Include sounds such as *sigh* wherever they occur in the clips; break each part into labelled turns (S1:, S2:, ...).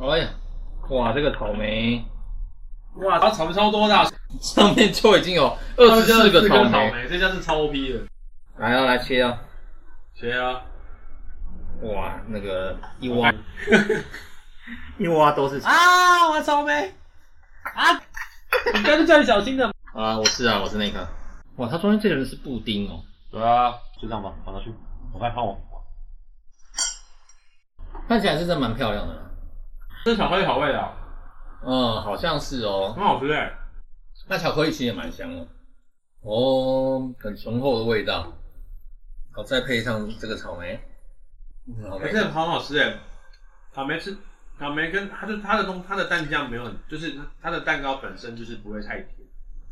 S1: 哎呀，哇，这个草莓
S2: 哇，它草莓超多的啊，
S1: 上面就已经有二十四个
S2: 根
S1: 草
S2: 草
S1: 莓，
S2: 莓，这家是超 OP 的。
S1: 来啊，来切啊！
S2: 谁啊？
S1: 哇，那个一
S2: *laughs*
S1: 挖一挖都是
S2: 啊，我草莓啊！你干脆叫你小心的。
S1: 啊，我是啊，我是那颗。哇，它中间这个人是布丁哦，
S2: 对啊，
S3: 就这样吧，跑上去，我看看我。
S1: 看起来是真的蛮漂亮的啦。
S2: 这巧克力好味的啊，
S1: 嗯，好像是哦。
S2: 很好吃哎。
S1: 那巧克力其实也蛮香的，哦，很醇厚的味道。好，再配上这个草莓，嗯好
S2: 哎，
S1: 莓
S2: 这很好吃哎。草莓吃草莓跟它就它的东它的蛋酱没有很，就是它的蛋糕本身就是不会太甜，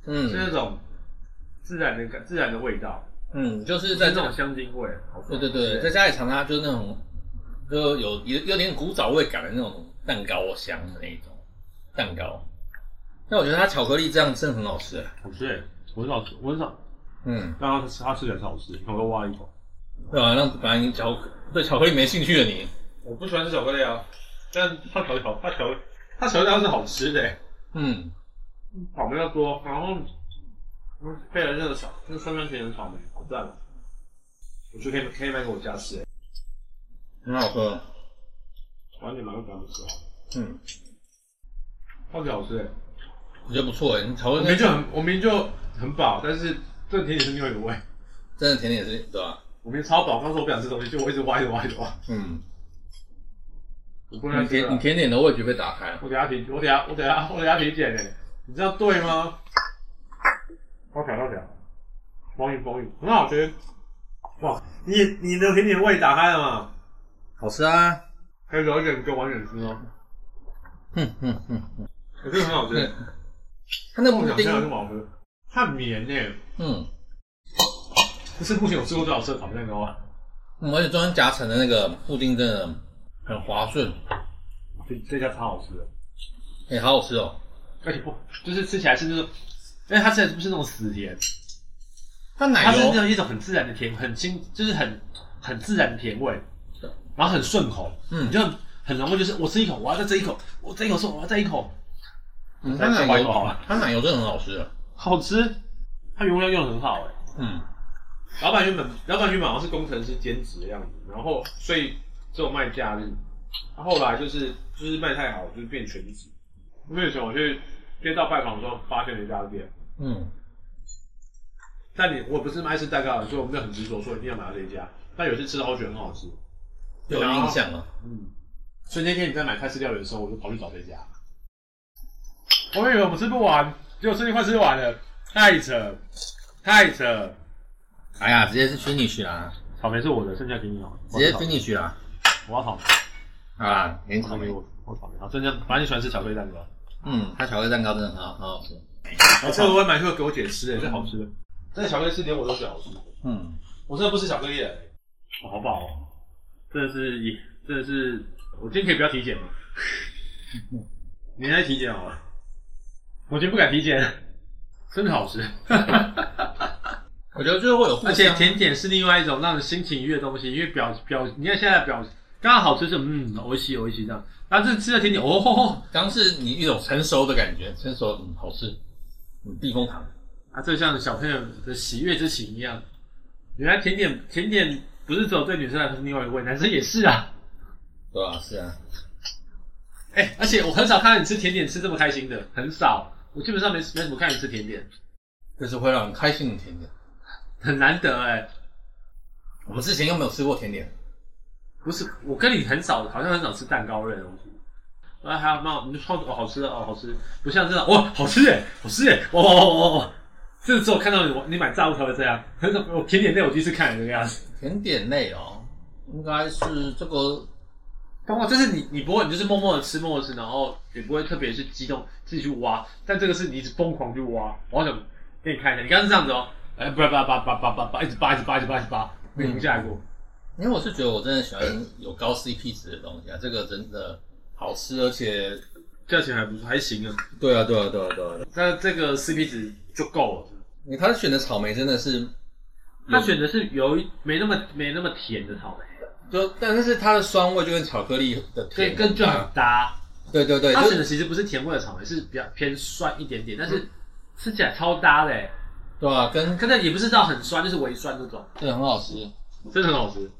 S2: 是
S1: 嗯
S2: 那种自然的自然的味道，
S1: 嗯，就是
S2: 是
S1: 在
S2: 那
S1: 这种
S2: 种香精味。好
S1: 对
S2: 吃
S1: 对对，在家里常常就是那种，就有有有点古早味感的那种蛋糕香的那一种蛋糕。但我觉得它巧克力这样真的很好吃，欸
S3: 好吃哎，我很少吃，我很少
S1: 嗯，
S3: 刚刚吃他吃起来是好吃，你看我都挖了一口。
S1: 对吧、啊？让本来你巧对巧克力没兴趣的你，
S2: 我不喜欢吃巧克力啊，但它巧巧它巧它巧克力它是好吃的欸，
S1: 嗯，
S2: 草莓要多，然后嗯配了那个草那个酸酸甜甜的草莓，好赞啊！我觉得可以可以买给我家吃欸，
S1: 很好喝，
S2: 晚点买个给他们吃好了，
S1: 嗯，
S2: 超级好吃哎！
S1: 我觉得不错哎，你巧克
S2: 我
S1: 力
S2: 明明就很我明明就很饱，但是这个甜点是另外一个味。
S1: 真的甜点是，对吧、
S2: 我明明超饱，刚说我不想吃东西，就我一直挖一直挖一直挖，
S1: 嗯，
S2: 我不能
S1: 你
S2: 吃
S1: 甜你
S2: 了。
S1: 甜点的嗯味觉啊被打开了，啊
S2: 我等下体我等下我等下我等下体检哎，你知道对吗？高挑高挑，风雨风雨，很好吃。哇，你你的甜点胃打开了吗？
S1: 好吃啊，
S2: 可以揉一点跟完整吃哦，
S1: 哼哼哼，
S2: 我觉得很好吃。
S1: 它那
S2: 跟我
S1: 布
S2: 想
S1: 丁
S2: 象，的那么好吃，它很绵哎，
S1: 嗯，
S2: 这是目前我吃过最好吃的草莓蛋糕啊。
S1: 嗯而且中间夹层的那个布丁真的很滑顺，
S2: 这这家超好吃的，
S1: 哎、好好吃哦。
S2: 而且不就是吃起来是那种，因为它吃起来不是那种死甜，
S1: 它奶
S2: 它是
S1: 油
S2: 那，种一种很自然的甜，很清，就是很很自然的甜味，然后很顺口，
S1: 嗯
S2: 你就很很容易就是我吃一口，我要再吃一口，我这一口说我要再一口，
S1: 嗯，它
S2: 它奶
S1: 奶
S2: 油
S1: 油，它奶油真的很好吃啊。
S2: 好吃，它原料用的很好哎、
S1: 嗯，
S2: 老板原本老板原本好像是工程师兼职的样子，然后所以只有卖假日，他后来就是就是卖太好，就是变全职。我以前我去街道拜访的时候，发现了一家店，
S1: 嗯，
S2: 但你我不是爱吃蛋糕的，所以我没有很执着说一定要买到这一家。但有些吃到我觉得很好吃，
S1: 有啊印象了。
S2: 嗯。所以那天你在买泰式料理的时候，我就跑去找这家。我以为我们吃不完，结果最近快吃完了，太扯，太扯。
S1: 哎呀，直接是 finish 啦，
S3: 草莓是我的，剩下给你好了。
S1: 啊直接
S3: 我要草莓
S1: finish 啦。
S3: 我要草莓，
S1: 啊好啦，连
S3: 草
S1: 草
S3: 莓
S1: 莓。
S3: 我我草莓，好，剩下反正你喜欢吃巧克力蛋糕。
S1: 嗯，它巧克力蛋糕真的很好，很好吃。
S2: 我这个我也买去给我姐吃、欸，
S3: 这
S2: 这
S3: 好
S2: 好
S3: 吃
S2: 吃
S3: 的，
S2: 这巧克力是连我都觉得好吃。
S1: 嗯，
S2: 我真的不吃巧克力了、
S3: 我好饱哦！真的是一，真的是，
S2: 我今天可以不要体检吗？ *laughs* 你来体检哦好了。我今天不敢体检，真的好 *laughs* 吃。
S1: 我觉得就是会有互
S2: 而且
S1: 相，
S2: 甜点是另外一种让人心情愉悦的东西，因为表表，你看现在表，刚刚好吃是嗯，欧西欧西这样，然后这吃了甜点，哦吼吼，
S1: 当是你一种成熟的感觉，成熟，嗯，好吃。嗯，避风塘。
S2: 啊，就像小朋友的喜悦之情一样。原来甜点甜点不是只有对女生来说是另外一个味，男生也是啊。
S1: 对啊，是啊，
S2: 哎、而且我很少看到你吃甜点吃这么开心的，很少。我基本上没没怎么看你吃甜点，
S1: 就是会让人开心的甜点。
S2: 很难得哎、
S1: 我们之前又没有吃过甜点，
S2: 不是，我跟你很少，好像很少吃蛋糕类的东西。啊，还有妈，我们就说哦，好吃哦，好吃，不像这样，哇，好吃耶，好吃耶，哦哇哇哇哇哇！这时候看到你，我你买炸物才会这样，很少。我甜点类我第一次看你这个样子。
S1: 甜点类哦，应该是这个。
S2: 刚好就是你，你不会，你就是默默的吃，默默的吃，然后也不会特别去激动自己去挖。但这个是你一直疯狂去挖。我好想给你看一下，你刚刚是这样子哦，哎，叭叭叭叭叭叭叭，一直扒，一直扒，一直扒，一直扒，没停下来过。
S1: 因为我是觉得我真的喜欢有高 CP 值的东西啊，这个真的好吃，而且
S2: 价钱还不错，还行啊。
S1: 对啊，对啊，对啊，对啊。
S2: 那这个 CP 值就够了。
S1: 你他选的草莓真的是，
S2: 他选的是有一没那么没那么甜的草莓，
S1: 就但是它的酸味就跟巧克力的
S2: 所以
S1: 甜
S2: 嗯哎跟就很搭。嗯
S1: 对对对，
S2: 它
S1: 就
S2: 选的其实不是甜味的草莓，是比较偏酸一点点，但是吃起来超搭的、欸，
S1: 对啊，跟啊
S2: 可能也不是到很酸，就是微酸那种，
S1: 这个很好吃。
S2: 真的很好吃。